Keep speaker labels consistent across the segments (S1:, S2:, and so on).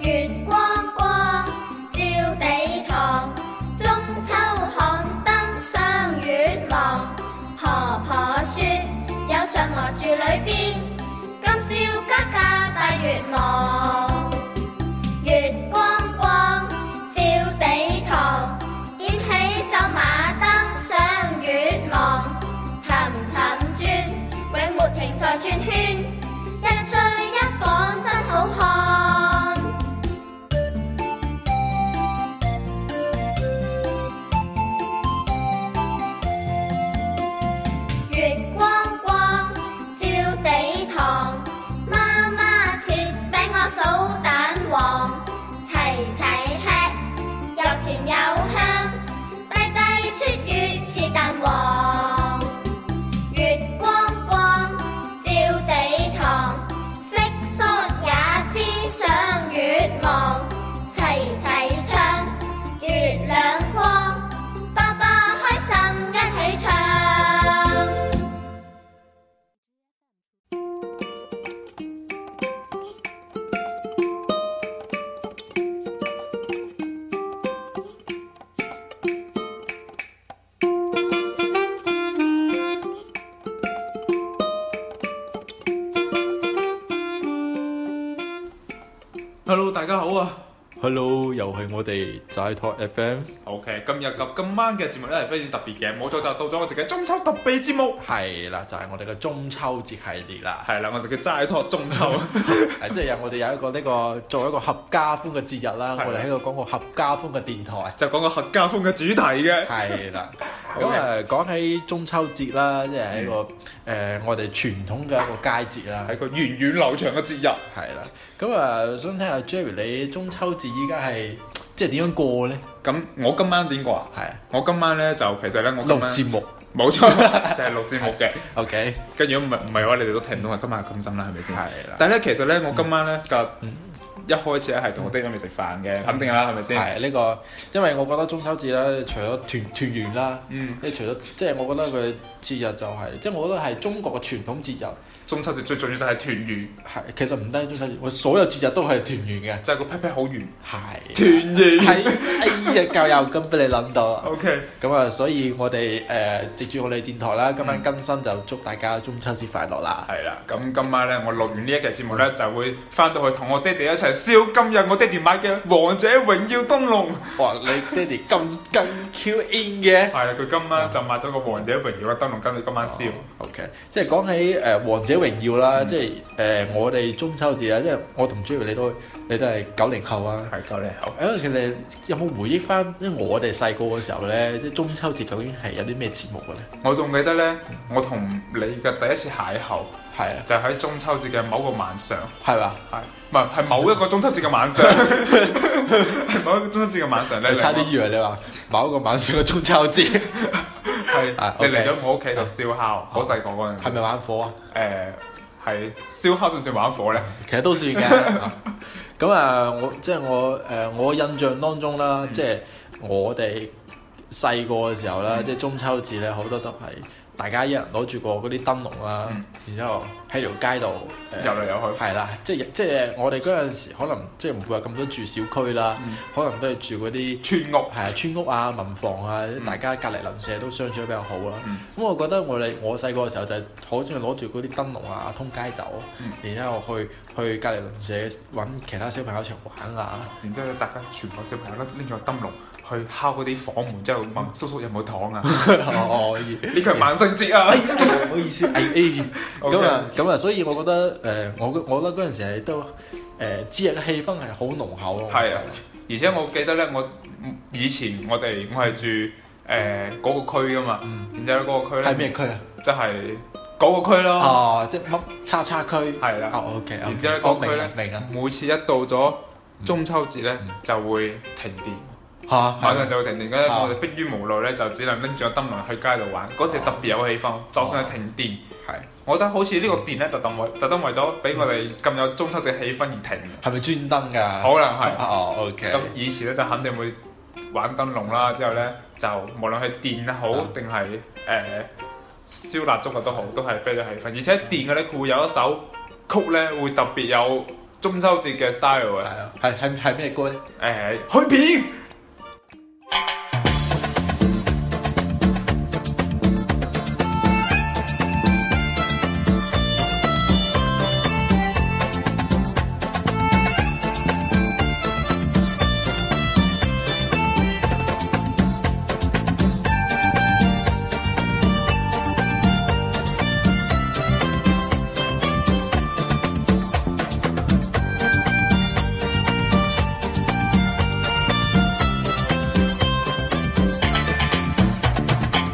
S1: 月光光照地堂，中秋看燈雙月望。婆婆說有嫦娥住裏邊，今宵家家拜月望。月光光照地堂，點起走馬燈上月望，氹氹轉，永沒停在轉圈，一追一趕真好看。月光光照地堂，媽媽切俾我數蛋黃，齊齊吃，又甜又香，低低出月似蛋黃。月光光照地堂，蟋蟀也知上月望，齊齊唱月亮光，爸爸開心一起唱。
S2: Hello，大家好啊！
S3: Hello，又係我哋齋 Talk FM，
S2: OK，今日及今晚嘅節目咧係非常特別嘅，冇錯就到咗我哋嘅中秋特備節目。
S3: 係啦，就係、我哋嘅中秋節系列啦，
S2: 係啦，我哋嘅齋托中秋，
S3: 誒即係有我哋有一個呢、個作為一個合家歡嘅節日啦，
S2: 係
S3: 我哋喺度講個合家歡嘅電台。
S2: 就講個客家風嘅主題嘅。
S3: 係啦，
S2: 好嘅
S3: 咁誒講起中秋節啦，即係喺個誒、我哋傳統嘅一個佳節啦，
S2: 係個源遠流長嘅節日，
S3: 係啦。咁啊，想聽下 Jerry 你中秋節依家係即係點樣過咧？
S2: 咁我今晚點過啊？
S3: 係
S2: 我今晚咧就其實咧，我今
S3: 錄
S2: 晚
S3: 節目
S2: 冇錯， 就係錄節目嘅。
S3: ，OK，
S2: 跟住如果唔係唔係嘅話，你哋都聽唔到我今晚咁深啦，係咪先？
S3: 係啦，
S2: 但係咧，其實咧，我今晚咧就一開始咧係同我爹哋咪食飯嘅，肯定啦，係咪先？
S3: 係呢個，因為我覺得中秋節咧，除咗團團圓啦。
S2: 嗯，
S3: 你除咗即係，我覺得佢節日就係、即係我覺得係中國嘅傳統節日，
S2: 中秋節最重要就係團圓，
S3: 係其實唔單止中秋節，我所有節日都係團圓嘅，
S2: 就係個 pat pat 好圓。
S3: 係
S2: 團圓。
S3: 係哎呀教友咁俾你諗到啦，
S2: O K，
S3: 咁啊，所以我哋誒、呃藉住我哋電台啦，今晚更新就祝大家中秋節快樂啦！
S2: 嗯係啦，咁今晚咧，我錄完呢一期節目咧，就會翻到去同我爹哋一齊燒今日我爹哋買嘅《王者榮耀東龍》。
S3: 哇，你爹哋咁咁 Q in 嘅
S2: 係啊，佢今晚就買咗個《王者榮耀》嘅燈籠，跟住今晚燒。
S3: 哦，OK，即係講起誒、呃王者榮耀啦，即係誒、呃我哋中秋節啊，即係我同 j e 你都你都係九零後啊。
S2: 係夠你口。
S3: 誒，其實有冇回憶翻，因為我哋細個嘅時候咧，即係中秋節究竟係有啲咩節目嘅咧？
S2: 我仲記得咧，我同你嘅第一次邂逅
S3: 係啊，
S2: 就喺中秋節嘅某個晚上。
S3: 係嘛？
S2: 係，唔係係某一個中秋節嘅晚上，係某一個中秋節嘅晚上咧，
S3: 你
S2: 你
S3: 差啲以為你話某一個晚上嘅中秋 節
S2: 係
S3: 啊
S2: 你
S3: OK
S2: 嚟咗我屋企度燒烤，好細個嗰陣時，
S3: 係咪玩火啊？
S2: 誒係燒烤算唔算玩火咧？
S3: 其實都算 嘅。啊咁啊，我即係我誒，我印象當中啦，
S2: 嗯
S3: 即係我哋細個嘅時候
S2: 嗯
S3: 啦，即係中秋節咧，好多都係大家一人攞住個嗰啲燈籠啦
S2: 嗯，
S3: 然之後喺條街度誒
S2: 遊嚟遊去，
S3: 係啦，即係即係我哋嗰陣時可能即係唔會話咁多住小區啦，
S2: 嗯
S3: 可能都係住嗰啲
S2: 村屋
S3: 係啊村屋啊、民房啊，大家隔離鄰舍都相處得比較好啦。咁、
S2: 嗯
S3: 我覺得我哋我細個嘅時候就係好中意攞住嗰啲燈籠啊，通街走，
S2: 嗯
S3: 然之後去去隔離鄰舍揾其他小朋友一齊玩啊。
S2: 然之後大家全部小朋友咧拎咗個燈籠去敲嗰啲房門，之後問叔叔有冇 糖啊？
S3: 哦，哦
S2: 呢個係萬聖節啊！
S3: 唔好意思， 哎哎
S2: OK
S3: 咁啊，咁啊，所以我覺得誒、呃我我覺得嗰陣時係都誒、呃節日嘅氣氛係好濃厚咯。我覺
S2: 係
S3: 得
S2: 啊，而且我記得咧，我以前我哋我係住誒嗰個區噶嘛，然之後嗰個區咧
S3: 嗯係咩區啊？
S2: 就係嗰個區咯。
S3: 哦，即係乜叉叉區。
S2: 係啦
S3: 哦，OK，
S2: 然之後咧
S3: 我
S2: 嗰區
S3: 明啊嗯啊，
S2: 咧
S3: 明啊。
S2: 每次一到咗中秋節咧，就會停電。
S3: 嚇
S2: 晚上就會停電，跟住
S3: 啊
S2: 我哋迫於無奈咧，就只能拎住個燈籠去街度玩。
S3: 哦
S2: 嗰時特別有氣氛，就算係停電，
S3: 係
S2: 我覺得好似呢個電咧特登為特登為咗俾我
S3: 嗯
S2: 哋咁有中秋節氣氛而停嘅，
S3: 係咪專登㗎？
S2: 可能係。
S3: 哦，OK，
S2: 咁以前咧就肯定會玩燈籠啦，之後咧就無論係電好
S3: 嗯
S2: 定係誒燒蠟燭嘅都好，都係非常氣氛。而且電嘅咧，佢會有一首曲咧，會特別有中秋節嘅 style 嘅。
S3: 係啊，係係係咩歌咧？
S2: 誒，去片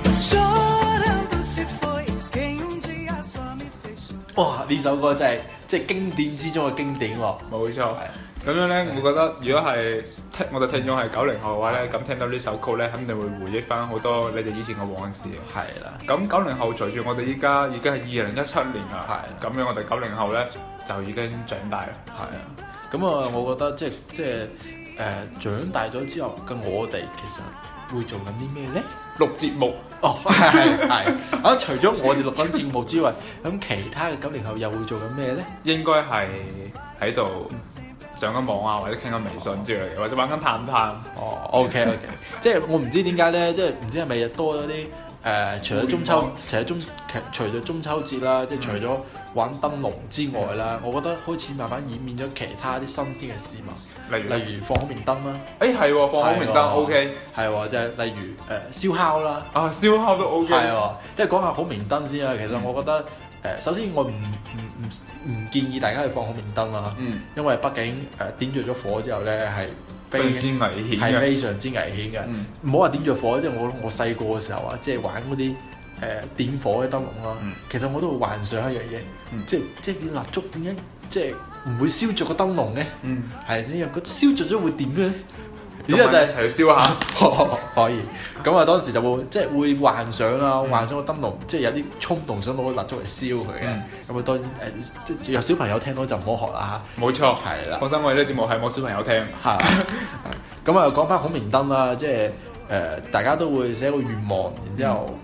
S4: Chorando se foi quem um dia só me fez
S3: 哇！呢首歌真係即係經典之中嘅經典喎。
S2: 冇錯
S3: 係。
S2: 咁樣咧，我覺得如果係聽我哋聽眾係九零後嘅話咧，咁聽到呢首曲咧，肯定會回憶翻好多你哋以前嘅往事嘅。
S3: 係啦，
S2: 咁九零後隨住我哋依家已經係二零一七年啦，
S3: 係
S2: 咁樣我哋九零後咧就已經長大啦。
S3: 係啊。咁啊，我覺得即係即係誒長大咗之後嘅我哋其實會做緊啲咩咧？
S2: 錄節目
S3: 哦，係係 啊！除咗我哋錄緊節目之外，咁其他嘅九零後又會做緊咩咧？
S2: 應該係喺度上緊網啊，或者傾緊微信之類嘅，或者玩緊探探。
S3: 哦，OK OK，即係我唔知點解咧，即係唔知係咪多咗啲誒，除咗中秋，除咗中，其實除咗中秋節啦，即係除咗玩燈籠之外
S2: 嗯
S3: 啦，我覺得開始慢慢演變咗其他啲新鮮嘅事物，
S2: 例如，
S3: 例如放孔明燈啦，
S2: 誒係喎，放好明
S3: 係
S2: 燈
S3: 喎
S2: OK，
S3: 係喎，即係例如誒、呃、燒烤啦，
S2: 啊燒烤嗯都 OK，
S3: 係喎，即係講下孔明燈先啦。啊其實我覺得誒、呃首先我唔唔唔唔建議大家去放孔明燈啦，
S2: 嗯，
S3: 因為畢竟誒、呃、點着咗火之後咧係
S2: 非常之危險
S3: 係
S2: 嘅。
S3: 非常之危險嘅。
S2: 嗯
S3: 唔好話點着火，即係我我細個嘅時候啊，即係玩嗰啲誒點火嘅燈籠啦。
S2: 嗯
S3: 其實我都會幻想一樣嘢，
S2: 嗯
S3: 即係即係啲蠟燭點解即係唔會燒着個燈籠咧？
S2: 嗯，
S3: 係呢樣，佢燒着咗會點嘅咧？然之
S2: 然之
S3: 後
S2: 後
S3: 就係
S2: 就一、齊去燒下。
S3: 可以，咁啊當時就會即係會幻想啦，幻想個燈籠，即係有啲衝動想攞個蠟燭嚟燒佢嘅
S2: 嗯。
S3: 咁啊當然誒，即係有小朋友聽到就唔好學啦
S2: 冇錯，
S3: 係啦
S2: 放心，我哋呢個節目係冇小朋友聽。
S3: 嚇。咁啊講翻孔明燈啦，即係誒、大家都會寫個願望，然之
S2: 嗯
S3: 後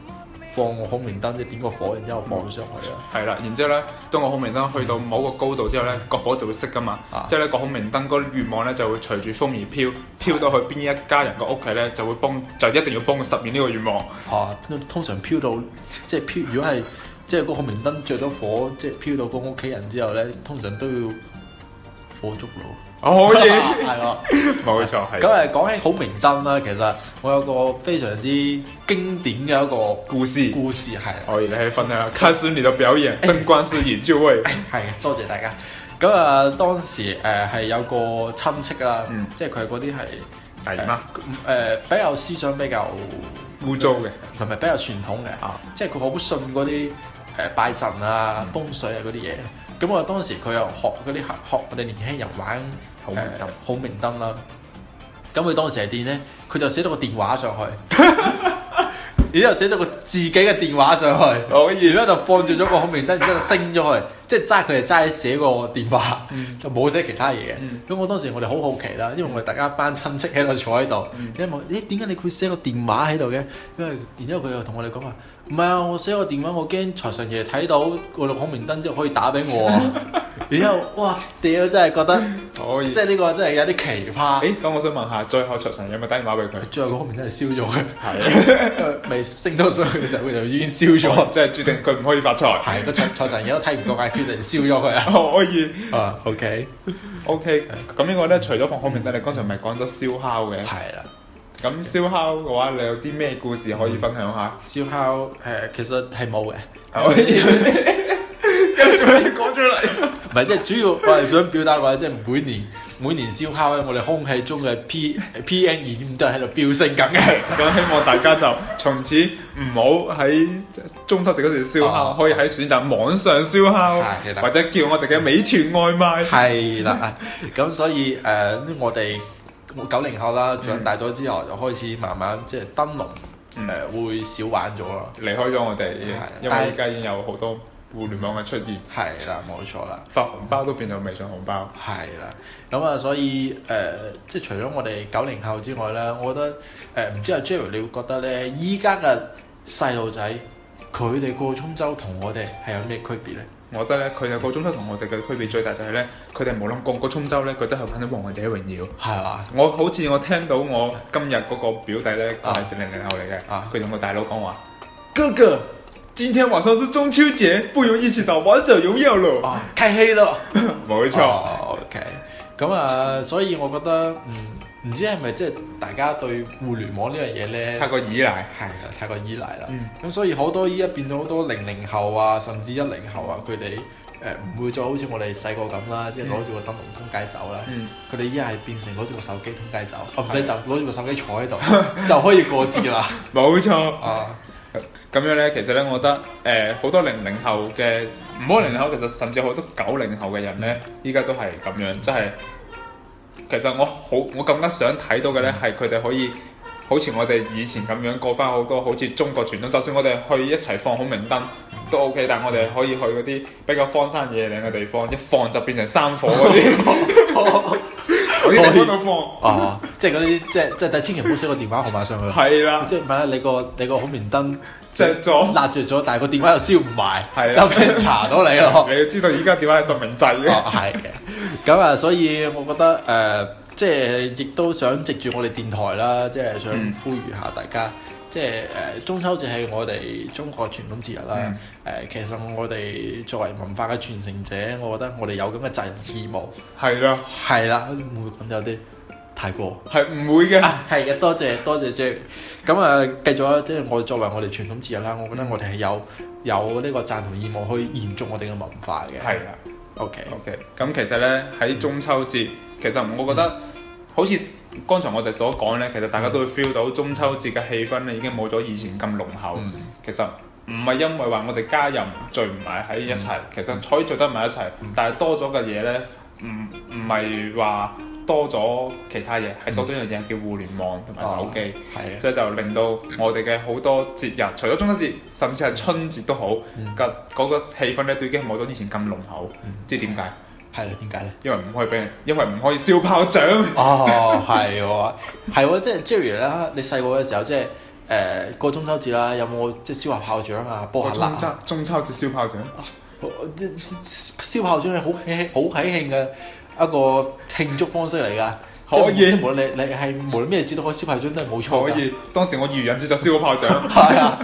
S3: 放個孔明燈，即係點個火，然之後放上去啊啦。
S2: 係啦，然之後咧，當個孔明燈去到某個高度之後咧，個火就會熄噶嘛
S3: 啊。
S2: 之後咧，個孔明燈嗰個願望咧就會隨住風而飄，飄到去邊一家人個屋企咧，就會幫就一定要幫佢實現呢個願望。
S3: 啊，通常飄到即係飄，如果係即係個孔明燈着咗火，即係飄到個屋企人之後咧，通常都要火燭爐。
S2: 哦可以，
S3: 係咯。
S2: 冇錯係。
S3: 咁誒講起孔明燈啦，其實我有個非常之經典嘅一個
S2: 故事，
S3: 故事係。
S2: 可以哦你可以分享下卡斯你的表演，燈光是演就位。
S3: 係嘅，多謝大家。咁啊，當時誒係、有個親戚啦，
S2: 嗯
S3: 即係佢嗰啲係
S2: 大姨
S3: 誒
S2: 媽
S3: 誒比較思想比較
S2: 污糟嘅，
S3: 同埋比較傳統嘅，
S2: 啊嗯
S3: 即係佢好信嗰啲誒拜神啊、風水啊嗰啲嘢。咁我當時佢又學嗰啲學我哋年輕人玩
S2: 孔明燈
S3: 誒孔明燈啦。咁佢當時係點咧？佢就寫咗個電話上去，然之後寫咗個自己嘅電話上去。
S2: 可以
S3: 然之後就放住咗個孔明燈，然之後就升咗去，即係齋佢係齋寫個電話，就冇寫其他嘢嘅。咁、
S2: 嗯
S3: 我當時我哋好好奇啦，因為我哋大家班親戚喺度坐喺度，
S2: 嗯
S3: 因為咦點解你會寫個電話喺度嘅？因為然之後佢又同我哋講話，唔係啊，我寫個電話，我驚財神爺睇到我哋孔明燈之後可以打俾我啊。 然之後哇，屌真係覺得，
S2: 可以。
S3: 即係呢個真係有啲奇葩。
S2: 誒，咁我想問下，最後財神有冇打電話俾佢？
S3: 最後個孔明燈係燒咗嘅，
S2: 係，
S3: 因為 未升到上去嘅時候，佢就已經燒咗。
S2: 即係注定佢唔可以發財。哦
S3: 係個財財神爺都睇唔過眼，決定燒咗佢啊！
S2: 可以
S3: 啊，OK，
S2: ，OK。咁呢個咧，除咗放孔明燈，你剛才咪講咗燒烤嘅。
S3: 係啦，
S2: 咁燒烤嘅話，你有啲咩故事可以分享 下？
S3: 燒烤誒、其實係冇嘅，
S2: 可 以，跟住你講出嚟。
S3: 唔係即係主要我係想表達嘅話，即係每年每年燒烤咧，我哋空氣中嘅 P PM 二點五都係喺度飆升緊嘅。
S2: 咁希望大家就從此唔好喺中秋節嗰時燒烤，
S3: 哦
S2: 可以喺選擇網上燒
S3: 係
S2: 烤，
S3: 啦
S2: 或者叫我哋嘅美團外
S3: 呃
S2: 賣。
S3: 係啦，咁所以誒、我哋九零後啦，長大咗之後就開始慢慢即係燈籠
S2: 嗯
S3: 誒會少玩咗啦。
S2: 離開咗我哋
S3: 係，啊
S2: 因
S3: 但
S2: 為
S3: 係
S2: 依家已經有好多互聯網嘅出現，
S3: 係啦，冇錯啦。
S2: 發紅包都變到微信紅包。
S3: 係啦，咁啊，所以誒、呃即係除咗我哋九零後之外咧，我覺得誒呃唔、知阿 Jerry 你會覺得咧，依家嘅細路仔佢哋過中州同我哋係有咩區別咧？
S2: 我覺得咧，佢哋個中秋同我哋嘅區別最大就係咧，佢哋無論過唔過中秋咧，佢都係玩緊《王者榮耀》。
S3: 係嘛？
S2: 我好似我聽到我今日嗰個表弟咧，
S3: 啊
S2: 佢係零零後嚟嘅
S3: 啊，
S2: 佢同個大佬講話：哥哥，今天晚上是中秋節，不如一起打王者榮耀咯。
S3: 啊，契氣咯！
S2: 冇錯，
S3: 哦，OK，咁啊，所以我覺得嗯，唔知係咪即係大家對互聯網呢樣嘢咧，
S2: 太過依賴。
S3: 係啊，太過依賴啦。咁
S2: 嗯、
S3: 所以好多依家變咗好多零零後啊，甚至一零後啊，佢哋誒唔會再好似我哋細個咁啦，即係攞住個燈籠通街走啦。
S2: 嗯，
S3: 佢哋依家係變成攞住個手機通街走，哦唔使走，攞住部手機坐喺度 就可以過節 啦。
S2: 冇錯。
S3: 啊，
S2: 咁樣咧，其實咧，我覺得誒好、多零零後嘅，唔好話零零後，其實甚至好多九零後嘅人咧，依家都係咁樣，即係其實我好，我更加想睇到嘅咧，係佢哋可以好似我哋以前咁樣過翻好多好似中國傳統，就算我哋去一齊放好明燈都 OK，但係我哋可以去嗰啲比較荒山野嶺嘅地方，一放就變成山火嗰啲，嗰啲地方度
S3: 哦，即係嗰啲即係即係，但係千祈唔好寫個電話號碼上去。
S2: 放，係啦，
S3: 即係萬啊一你個你個孔明燈
S2: 着咗。
S3: 辣着咗，但係個電話又燒唔埋，
S2: 係啊
S3: 就俾人查到你咯。
S2: 你要知道，而家電話係實名制嘅，
S3: 哦，係嘅。咁啊，所以我覺得誒、呃即係亦都想藉住我哋電台啦，即係想
S2: 嗯
S3: 呼籲下大家，即係誒、呃中秋節係我哋中國傳統節日啦。誒、呃
S2: 嗯
S3: 其實我哋作為文化嘅傳承者，我覺得我哋有咁嘅責任義務。
S2: 係啦，
S3: 係啦，會唔會講得有啲太過？
S2: 係唔會嘅。
S3: 啊， 係嘅，多謝多謝 J。咁啊，繼續啦，即係我作為我哋傳統節日啦，我覺得我哋係有有呢個責同義務去延續我哋嘅文化嘅。
S2: 係啦
S3: OK，
S2: ，OK。咁其實咧喺中秋節，其實我
S3: 嗯
S2: 覺得好似剛才我哋所講咧，其實大家都會 feel 到中秋節嘅氣氛咧已經冇咗以前咁濃厚。
S3: 嗯
S2: 其實唔係因為話我哋家人聚唔埋喺一齊，
S3: 嗯
S2: 其實可以聚得埋一齊，但係多咗嘅嘢咧，唔唔係話多咗其他嘢，係多咗一樣嘢叫互聯網同埋手機。
S3: 係啊嘅。
S2: 所以就令到我哋嘅好多節日，除咗中秋節，甚至係春節都好，
S3: 嗯
S2: 嘅嗰個氣氛咧都已經冇咗以前咁濃厚
S3: 嗯。
S2: 知點解？
S3: 係啦，點解咧？
S2: 因為唔可以俾人，因為唔可以燒炮仗。
S3: 哦，係喎，係喎，即係 Jerry 啦，你細個嘅時候即係誒過中秋節啦，有冇即係燒下炮仗啊，煲下蠟
S2: 中秋
S3: 啊？
S2: 中秋節燒炮仗，
S3: 即燒炮仗係好喜好喜慶嘅一個慶祝方式嚟㗎。即係
S2: 可以
S3: 即係無論你你係無論咩節都可以燒炮仗，都係冇錯
S2: 可
S3: 㗎。
S2: 以。當時我愚人節就燒個炮仗，
S3: 係啊，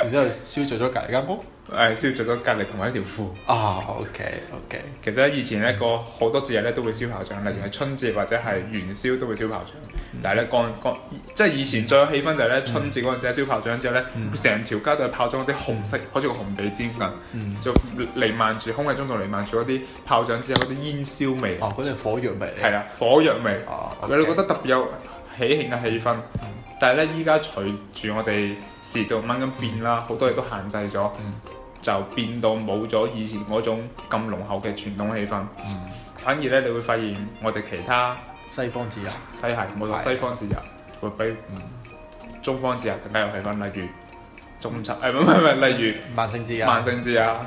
S3: 然之後燒着咗隔離間屋。
S2: 誒燒着咗隔離同埋一條褲。
S3: 啊，OK OK，
S2: 其實咧，以前咧個好多節日咧都會燒炮仗，例如係春節或者係元宵都會燒炮仗。
S3: 嗯
S2: 但係咧，幹幹即係以前最有氣氛就係咧春節嗰陣時咧燒炮仗之後咧，
S3: 嗯
S2: 成條街都係炮仗，嗰啲紅色好似個紅地氈咁，
S3: 嗯，
S2: 就瀰漫住空氣中度瀰漫住嗰啲炮仗之後嗰啲煙硝味，
S3: 哦，嗰隻火藥味嚟。
S2: 係啦、啊火藥味，
S3: 哦，OK，
S2: 你
S3: 嗯
S2: 會覺得特別有喜慶嘅氣氛。但係咧，依家隨住我哋時代慢慢咁變啦，好多嘢都限制咗，
S3: 嗯
S2: 就變到冇咗以前嗰種咁濃厚嘅傳統氣氛。
S3: 嗯
S2: 反而咧，你會發現我哋其他
S3: 西方節日，
S2: 西系，冇咗
S3: 係
S2: 西方節日會比中方節日更加有氣氛，例如中秋， 誒唔係唔係，例
S3: 萬聖節
S2: 如
S3: 啊，
S2: 萬聖節啊，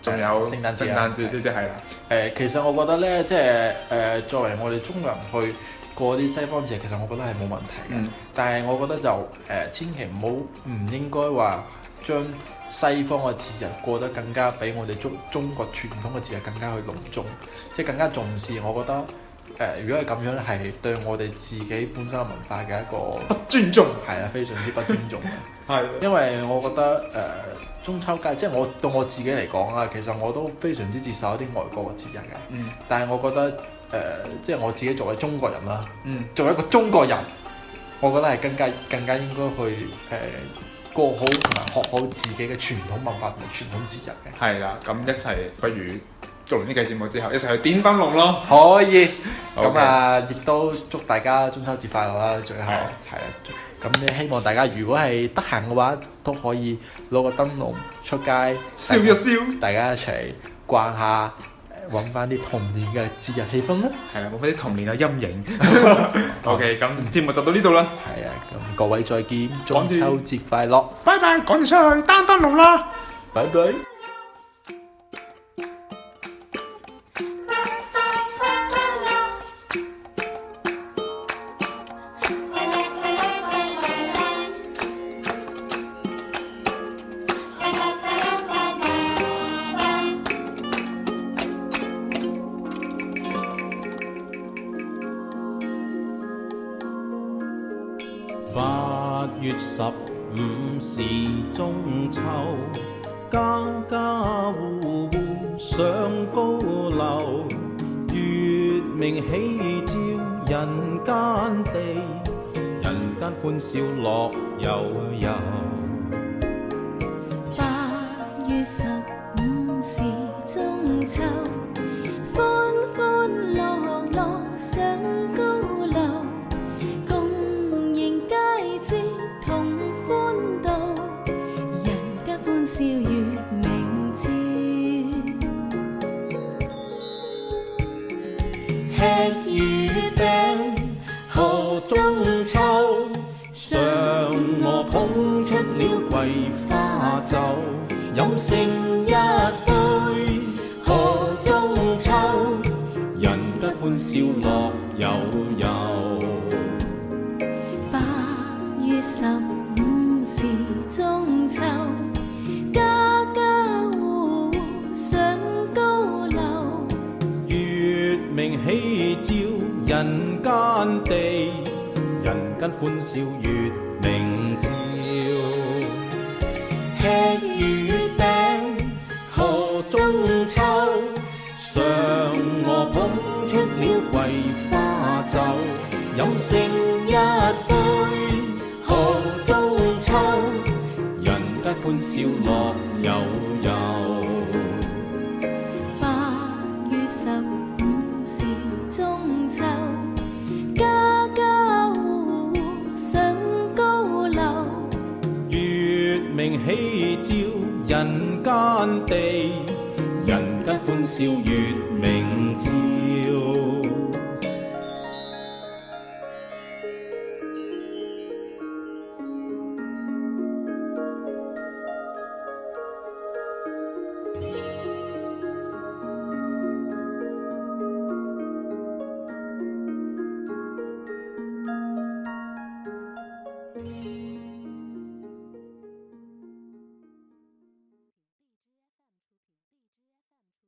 S2: 仲有
S3: 聖誕節啊
S2: 聖節呢啲係啦，
S3: 誒、其實我覺得咧，即係誒、作為我哋中國人去過啲西方節，其實我覺得係冇問題嘅。
S2: 嗯
S3: 但係我覺得就誒、千祈唔好唔應該話將西方嘅節日過得更加比我哋中中國傳統嘅節日更加去隆重，即係更加重視。我覺得誒、如果係咁樣係對我哋自己本身嘅文化嘅一個
S2: 不尊重
S3: 係啊，非常之不尊重嘅。
S2: 係
S3: 因為我覺得誒、呃中秋佳，即係我對我自己嚟講啊啦，其實我都非常之接受一啲外國嘅節日嘅，
S2: 嗯
S3: 但係我覺得誒、呃即係我自己作為中國人啦，
S2: 嗯
S3: 作為一個中國人，我覺得係更加更加應該去誒、呃、過好同埋學好自己嘅傳統文化同埋傳統節日嘅。
S2: 係啦，咁一齊不如做完呢期節目之後，一齊去點燈籠咯，
S3: 可以，
S2: OK
S3: 咁啊，亦都祝大家中秋節快樂啦！最後
S2: 係
S3: 係啊，咁咧希望大家如果係得閒嘅話，都可以攞個燈籠出街
S2: 笑一笑，
S3: 大家一齊逛下，誒、揾翻啲童年嘅節日氣氛啦。
S2: 係啦，冇翻啲童年嘅陰影。OK，咁節目就到呢度啦，
S3: 係啊，咁各位再見，中
S2: 講住
S3: 秋節快樂，
S2: 拜拜，趕住出去單單路啦。
S3: 拜拜。
S5: 八月十五是中秋，家家户户上高樓，月明起照人間地，人間歡笑樂悠悠。
S6: 八月十五是中秋，歡歡樂樂上高樓，共迎佳節同歡度，人間歡笑月明照。
S5: 吃月餅賀中秋，嫦娥捧出了桂花酒，飲剩一杯賀中秋，人間歡笑樂悠悠。
S6: 八月十五是中秋，家家户户上高樓。
S5: 月明起照人間地，人間歡笑月明照。吃月餅賀中秋，嫦娥捧出了桂花酒，飲剩一杯賀中秋，人間歡笑樂悠悠。
S6: 八月十五是中秋，家家户户上高樓。
S5: 月明起照人間地，人間歡笑月明照。